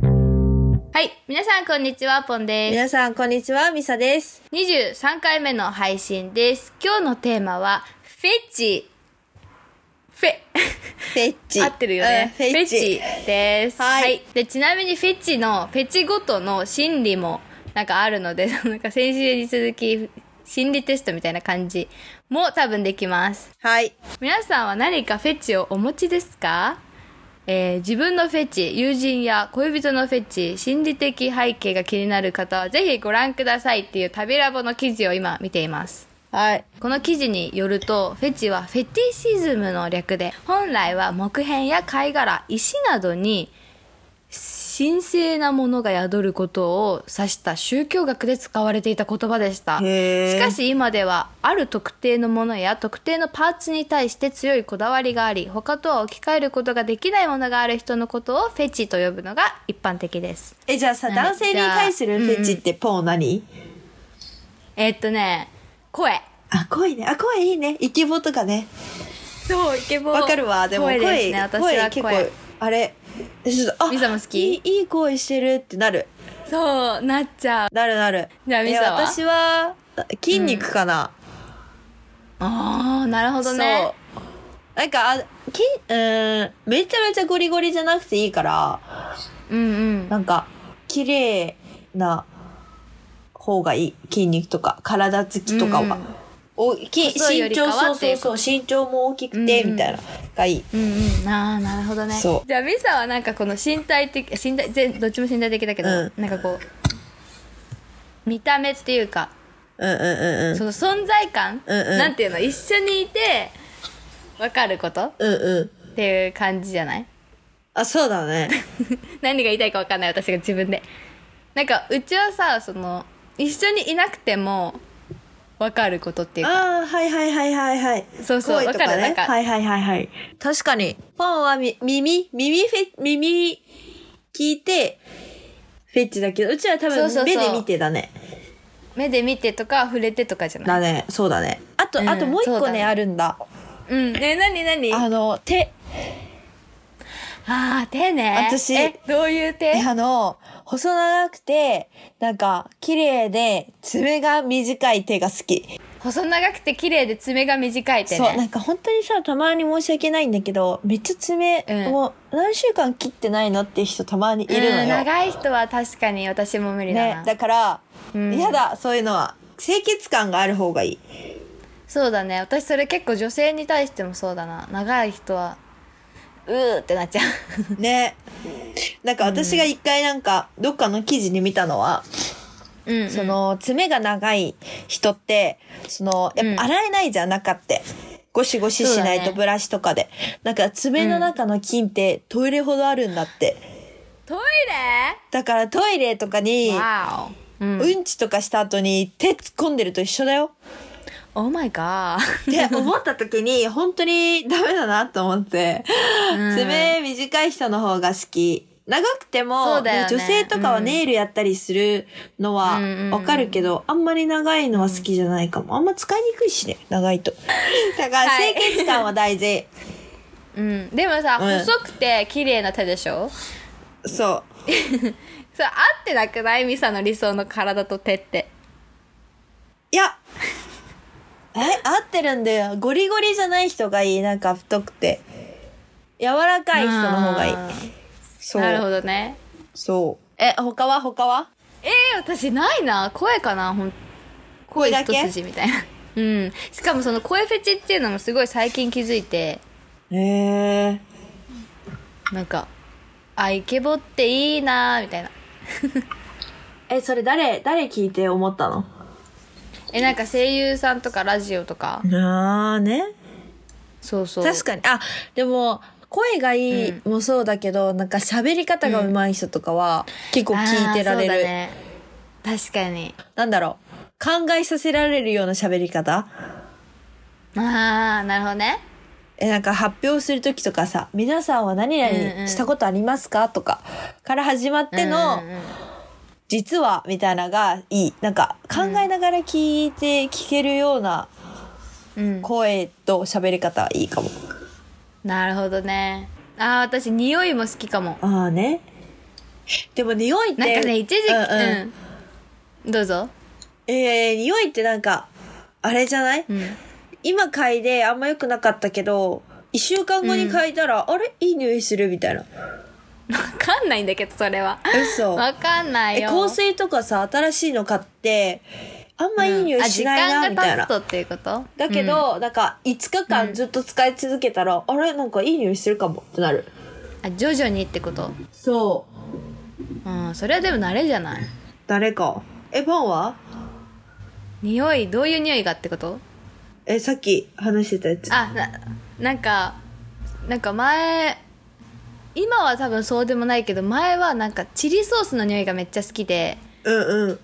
はい。皆さん、こんにちは。ポンで皆さん、こんにちは。ミサです。す。23回目の配信です。今日のテーマは、フェチ。フェ。フェッチ。合ってるよね。うんフェッチ。です。はいで、ちなみにフェチの、フェチごとの心理も、なんかあるので、 なんか先週に続き、心理テストみたいな感じも多分できます。はい。皆さんは何かフェチをお持ちですか、えー自分のフェチ友人や恋人のフェチ心理的背景が気になる方はぜひご覧くださいっていう旅ラボの記事を今見ていますはい。この記事によるとフェチはフェティシズムの略で本来は木片や貝殻石などに神聖なものが宿ることを指した宗教学で使われていた言葉でしたへーしかし今ではある特定のものや特定のパーツに対して強いこだわりがあり他とは置き換えることができないものがある人のことをフェチと呼ぶのが一般的ですえ、じゃあさ、はい男性に対するフェチってポー何、えーっとね声あ、声ね。あ、声いいね。イケボとかね。そうイケボわかるわ。でも声、声ですね私は結声構、あれ、ちょっと、あ、ミサも好きいいいい声してるってなる。そうなっちゃうなるなる。じゃあミサえは私は、筋肉かな。ああなるほどねそう。なんか、あきうーん、めちゃめちゃゴリゴリじゃなくていいから、うんうんなんか、綺麗な方がいい。筋肉とか、体つきとかは。うんうんおき細いよ身り長、かはそうっていそうこうとそう、身長も大きくて、うんうんみたいな、がいい。うんうん、ああなるほどねそうじゃあミサはなんかこの身体的身体全どっちも身体的だけど、うんなんかこう見た目っていうかうんうんうんうん。その存在感、うんうんなんていうの一緒にいて分かることうんうん。っていう感じじゃないあ、そう だね。何が言いたいか分かんない私が自分でなんかうちはさその一緒にいなくても分かることっていうかああ、はいはいはいはいはい。そうそう声とかわかるなねん。かはいはいはいはい。確かに。パンはみ耳、耳フェ、耳聞いて、フェッチだけど、うちは多そう分そうそう目で見てだね。目で見てとか触れてとかじゃないだね。そうだね。あと、うんあともう一そう個だね、ねあるんだ。うんね何何ああの、手、あー手ね私えどういう手えあの、細長くて、なんか、綺麗で、爪が短い手が好き。細長くて綺麗で爪が短い手そう、なねんか本当にさ、たまに申し訳ないんだけど、めっちゃ爪、うんもう何週間切ってないのっていう人たまにいるのうんよ。長い人は確かに私も無理だな、ね、だから、うん嫌だ、そういうのは。清潔感がある方がいい。そうだね私それ結構女性に対してもそうだな長い人はうーってなっちゃうね。なんか私が一回なんか、どっかの記事に見たのは、うん、うんその、爪が長い人って、その、やっぱうん洗えないじゃん、中って。ゴシゴシしないそうだとねブラシとかで。だから爪の中の菌ってトイレほどあるんだって。トイだからトイレとかにレ、わおうん、うんちとかした後に手突っ込んでると一緒だよ。オーマイガって思った時に、本当にダメだなと思って。ー爪短い人の方が好き。長くてそも、うだよね女性とかはネイルやったりするのはうんうんうんわかるけど、あんまり長いのは好きじゃないかも。あんま使いにくいしね、長いと。だからはい清潔感は大事。 うん、でもさ、うん細くて綺麗な手でしょそそれ合ってなくないミサの理想の体と手ってう。いや。え、合ってるんだよ。ゴリゴリじゃない人がいい。なんか太くて。柔らかい人の方がいい。あーそう。なるほどねそう。え、他は他はえー、私ないな声かなほん声だけ一筋みたいなうんしかもその声フェチっていうのもすごい最近気づいてへえー。なんかあイケボっていいなーみたいなえ、それ誰、誰聞いて思ったのえなんか声優さんとかラジオとかああね。そうそう確かに。あ、でも、声がいいもそうだけど、なんか喋り方が上手い人とかは、結構聞いてらあーそれうる、だね確かになんだろう。考えさせられるような喋り方ああなるほどねえ、なんか発表するときとかさ、皆さんは何うんうん々したことありますかとか、から始まっての、うんうんうん実は、みたいなのがいい。なんか、考えながら聞いて、聞けるようなうん声と喋り方はいいかも。なるほどねあー私匂いも好きかもああね。でも匂いって。なんかね、一時期、ううんん、うんどうぞ。えー、匂いってなんか、あれじゃない、うん。今嗅いであんま良くなかったけど、一週間後に嗅いだら、あれいい匂いするみたいな。わかんないんだけど、それは。嘘。わかんないえ、よ。香水とかさ、新しいの買って、あんまいい匂いしないな、うんあ時間みがたい経なつ。とっていうことだけ、ど、なんか、5日間ずっと使い続けたら、あれなんかいい匂いするかもってなる。うんあ徐々にってことそう。うんそれはでも慣れじゃない誰か。え、パンは匂いどういう匂いがってことえ、さっき話してたやつ。あななんかなんか前今は多分そうでもないけど前はなんかチリソースの匂いがめっちゃ好きでうんうん。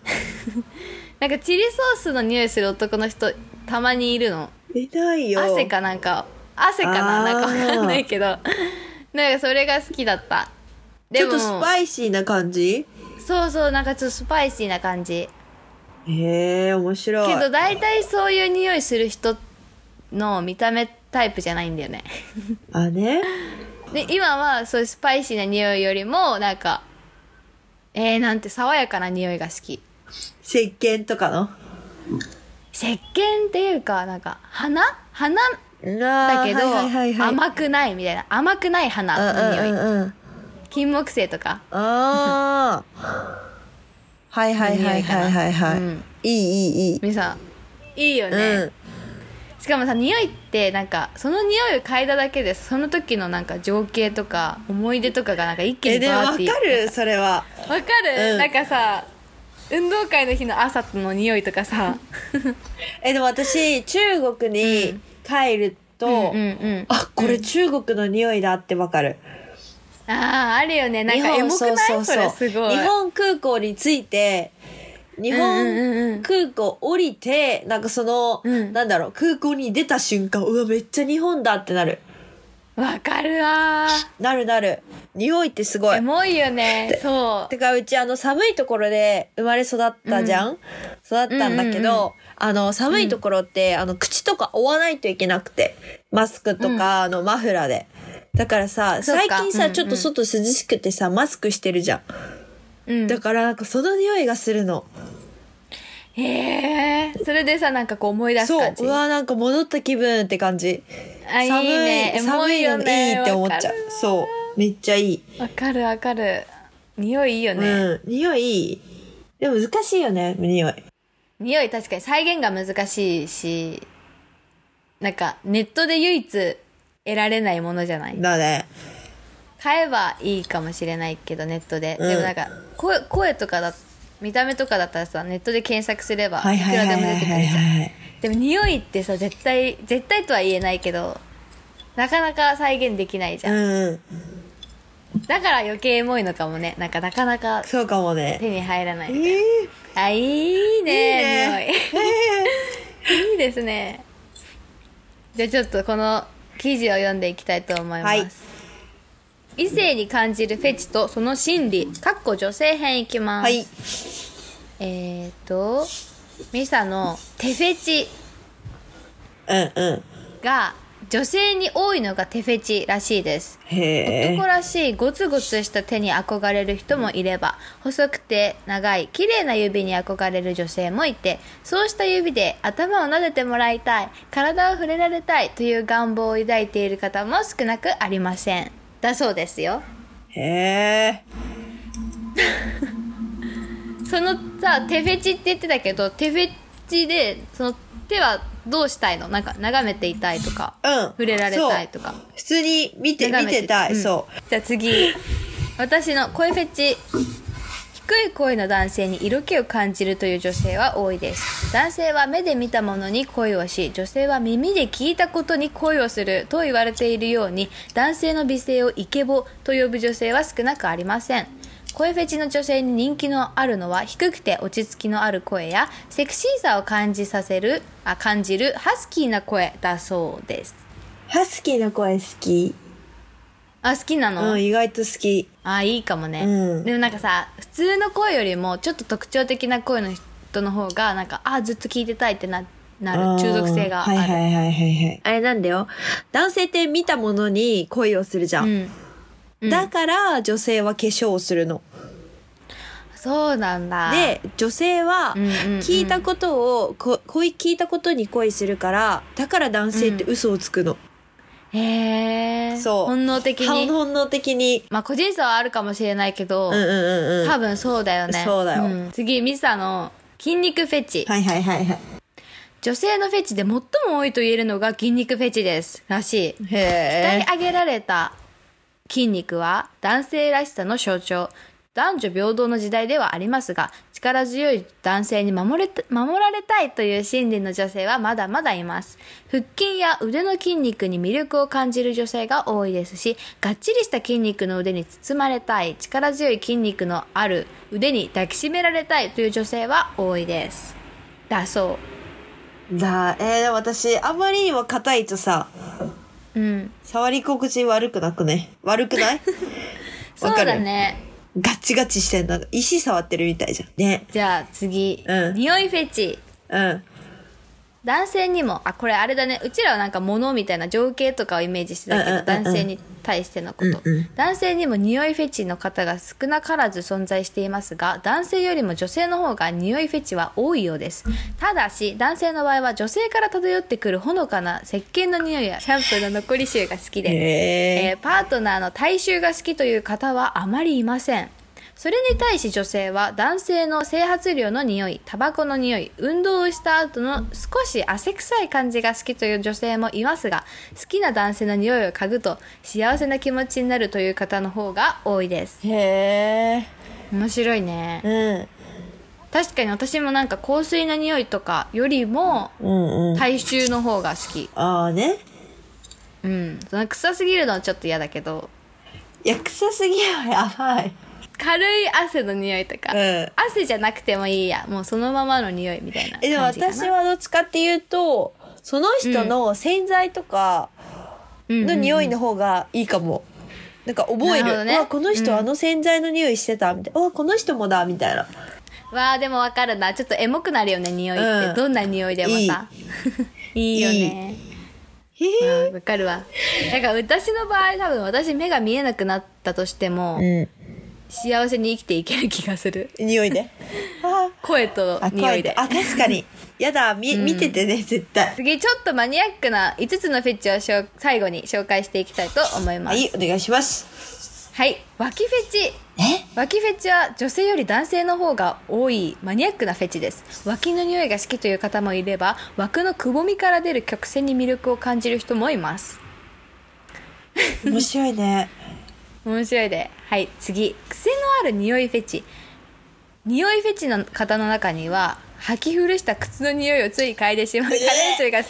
なんかチリソースの匂いする男の人たまにいるのいないよ。汗かなんか汗かなあーなんかわかんないけど なんかそれが好きだったちでょっもとスパイシーな感じそうそうなんかちょっとスパイシーな感じへえ、面白い。けど大体そういう匂いする人の見た目タイプじゃないんだよねあね。で今はそういうスパイシーな匂いよりもなんかえー、なんて爽やかな匂いが好き石鹸とかの。石鹸っていうかなんか花花だなけど、はいはいはい、はい。甘くないみたいな甘くない花のうん匂いうんうんうん。金木犀とかああ。はいはいはいはいはいはい。うんいいいいいい。みさんいいよね、うん。しかもさ匂いってなんかその匂いを嗅いだだけでその時のなんか情景とか思い出とかがなんか一気え、にでもバわーかってるそれは。わかる、うんなんかさ運動会の日の朝の匂いとかさえ、でも私、中国に帰ると、うんうんあ、これ中国の匂いだってわかる。あああるよねなん日か本エモくないそそうそうそうれすごい日本空港に着いて、日うんうんうんう本ん空港降りて、なんかその、うんなんだろう、空港に出た瞬間、うわ、めっちゃ日本だってなる。わかるわなるなる。匂いってすごーいエ。モいよねそてか、うちあの寒いところで生まれ育ったじゃん、育ったんだけど、うんうんうあの寒いところって、あの口とか追わないといけなくて、マスクとか、あのマフラーで。だからさ、そっ最か近さ、うんうんちょっと外涼しくてさ、マスクしてるじゃん。う、うん、だからなんかその匂いがするの。へえそれでさなんかこう思い出すそう感。じうわ、なんか戻った気分って感じ。あいいねエモ寒いいのよにいねいって思っちゃう。そう。めっちゃいい。うわかるわかる匂いいいよね、うん。匂いいい。でも難しいよね、匂い。匂い確かに再現が難しいしなんかネットで唯一得られないものじゃないだね。買えばいいかもしれないけどネットで、うんでもなんか声声とかだ見た目とかだったらさネットで検索すればはいいはくいはらいでもはい出てくはるいじゃんはい。でも匂いってさ絶対絶対とは言えないけどなかなか再現できないじゃん、うん。だから余計エモいのかもねなんかなかなかそうかもね。手に入らなえいー、えあいいねいいね匂いいいですねじゃあちょっとこの記事を読んでいきたいと思います、はい異性に感じるフェチとその心理かっこ女性編いきまー、す、はい。えーとミサの手フェチうんうん。が女性に多いのが手フェチらしいですへえ男。らしいゴツゴツした手に憧れる人もいれば細くて長い綺麗な指に憧れる女性もいてそうした指で頭を撫でてもらいたい体を触れられたいという願望を抱いている方も少なくありませんだそうですよへえ。そのさ手フェチって言ってたけど手フェチでその手はどうしたいのなんか眺めていたいとか、うん触れられたいとか普通に見て、見眺めてたい。んそじゃあ次私の声フェチ低い声の男性に色気を感じるという女性は多いです男性は目で見たものに恋をし女性は耳で聞いたことに恋をすると言われているように男性の美声をイケボと呼ぶ女性は少なくありません声フェチの女性に人気のあるのは低くて落ち着きのある声やセクシーさを感じさせるあ感じるハスキーな声だそうですう。ハスキーの声好き。あ好きなの、うん、意外と好き。あいいかもね、うんでもなんかさ普通の声よりもちょっと特徴的な声の人の方がなんかあずっと聞いてたいってななる中毒性がある、はいはいはいはいはい。あれなんだよ。男性って見たものに恋をするじゃ。うんんうんだから女性は化粧をするの。そうなんだ。、で女性はうんうんうん聞いたことをこ恋聞いたことに恋するからだから男性って嘘をつくの、へえ。そう本能的本に。本能的にまあ個人差はあるかもしれないけど、うんうんうんうん多は分そうだよね。そうだよん次、ミサの筋肉フェチ。いはいはいはい女性のフェチで最も多いと言えるのが筋肉フェチです。らしい。へ鍛ええ上げられた筋肉は男性らしさの象徴男女平等の時代ではありますが力強い男性に守れた守られたいという心理の女性はまだまだいます腹筋や腕の筋肉に魅力を感じる女性が多いですしがっちりした筋肉の腕に包まれたい力強い筋肉のある腕に抱きしめられたいという女性は多いですだそだえーでも私あまりにも硬いとさううん触り心地悪くなくね悪くない そわうかるだねガッチガチしてんの石触ってるみたいじゃんねじゃあ次、うん匂いフェチうん男性にもあこれあれだねうちらはなんか物みたいな情景とかをイメージしてたけうんど、うんうんうん男性に対してのこと、うんうん男性にも匂いフェチの方が少なからず存在していますが男性よりも女性の方が匂いフェチは多いようですただし男性の場合は女性から漂ってくるほのかな石鹸の匂いやシャンプーの残り臭が好きで、へえーパートナーの体臭が好きという方はあまりいませんそれに対し女性は男性の整髪量の匂いタバコの匂い運動をした後の少し汗臭い感じが好きという女性もいますが好きな男性の匂いを嗅ぐと幸せな気持ちになるという方の方が多いですー、へ面白いねえ確かに私もなんか香水の匂いとかよりもうんうんうん体臭の方が好きああねうんその臭すぎるのはちょっと嫌だけどいや臭すぎはやばい軽い汗の匂いとか、うん汗じゃなくてもいいやもうそのままの匂いみたいな感えじかでもな私はどっちかっていうとその人の洗剤とかの匂いの方がいいかも、なんか覚えなるほるどねうわこのう人んあの洗剤の匂いしてたみたいな、うわこの人もだみたいなわあでもわかるなちょっとエモくなるよね匂いって、うんどんな匂いでもさいいよねへわえあわかるわだから私の場合多分私目が見えなくなったとしても、幸せに生きていける気がするうん匂 いであ声とあ匂怖いいでであ確かにやだみ、見ててね絶対次ちょっとマニアックな5つのフェチをしょう最後に紹介していきたいと思いまはすいお願いしますはい、脇フェチえ脇フェチは女性より男性の方が多いマニアックなフェチです脇の匂いが好きという方もいれば枠のくぼみから出る曲線に魅力を感じる人もいます面白いね面白いではい次癖のある匂いフェチ匂いフェチの方の中には履き古した靴の匂いをつい嗅いでしまう、え嗅いでるというか、あ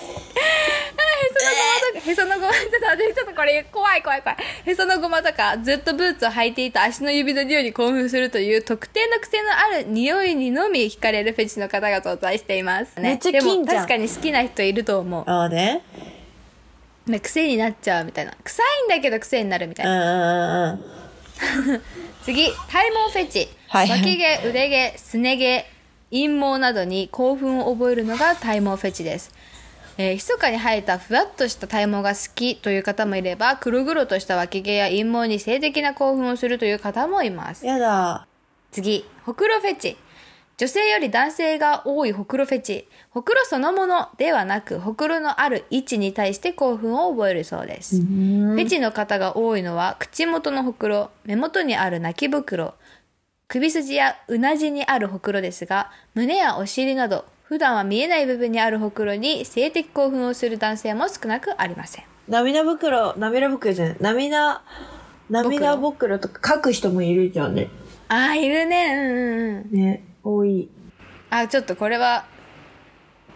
ーへそのごまとか、へそのごま、ちょっと待って、ちょっとこれ怖い怖い怖い。へそのごまとか、ずっとブーツを履いていた足の指の匂いに興奮するという特定の癖のある匂いにのみ惹かれるフェチの方が存在しています。めっちゃ金じゃんでも確かに好きな人いると思う。ああねね癖になっちゃうみたいな。臭いんだけど癖になるみたいなうん。うんうんうん次体毛フェチ、はい脇毛腕毛すね毛陰毛などに興奮を覚えるのが体毛フェチですえー、密かに生えたふわっとした体毛が好きという方もいれば黒々とした脇毛や陰毛に性的な興奮をするという方もいますやだ次ほくろフェチ女性より男性が多いほくろフェチほくろそのものではなくほくろのある位置に対して興奮を覚えるそうです、フェチの方が多いのは口元のほくろ目元にある泣き袋首筋やうなじにあるほくろですが胸やお尻など普段は見えない部分にあるほくろに性的興奮をする男性も少なくありません涙袋涙袋じゃない涙涙袋とか書く人もいるじゃんねあーいるねうんうんうんね多いあちょっとこれは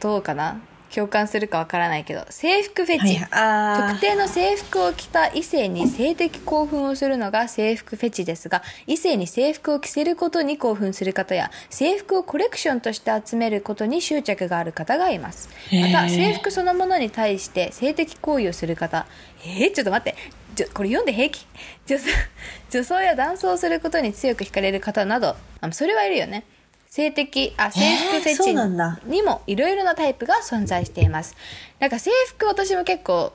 どうかな共感するかわからないけど制服フェチ、あ特定の制服を着た異性に性的興奮をするのが制服フェチですが異性に制服を着せることに興奮する方や制服をコレクションとして集めることに執着がある方がいますへーまた制服そのものに対して性的行為をする方えー、ちょっと待ってじょこれ読んで平気 女装女装や男装することに強く惹かれる方などあそれはいるよね性的あ制服フえェーそチうなんだにもいろいろなタイプが存在していますなんか制服私も結構好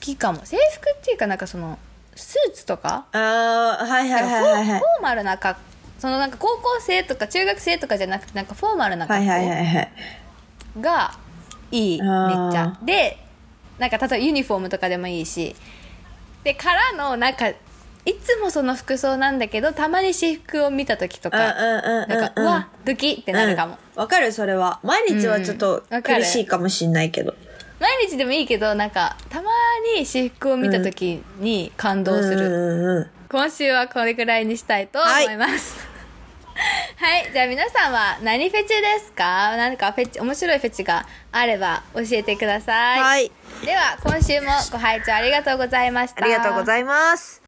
きかも制服っていうかなんかそのスーツとかあーはいはいはいはいフォはーいマルな格そのなんか高校生とか中学生とかじゃなくてなんかフォーマルなは格いはい好はいはい。がいい、あーめっちゃでなんか例えばユニフォームとかでもいいしでからのなんかいつもその服装なんだけどたまに私服を見た時とうんか、うんうんうん。なんかうわドキってなるかも、うん。わかる、それは。毎日はちょっとうんわかる苦しいかもしんないけど。毎日でもいいけどなんかたまに私服を見た時に感動する、うんうんうん。今週はこれくらいにしたいと思います。 はい、じゃあ皆さんは何フェチですか何かフェチ、面白いフェチがあれば教えてください。はい。では、今週もご拝聴ありがとうございました。ありがとうございます。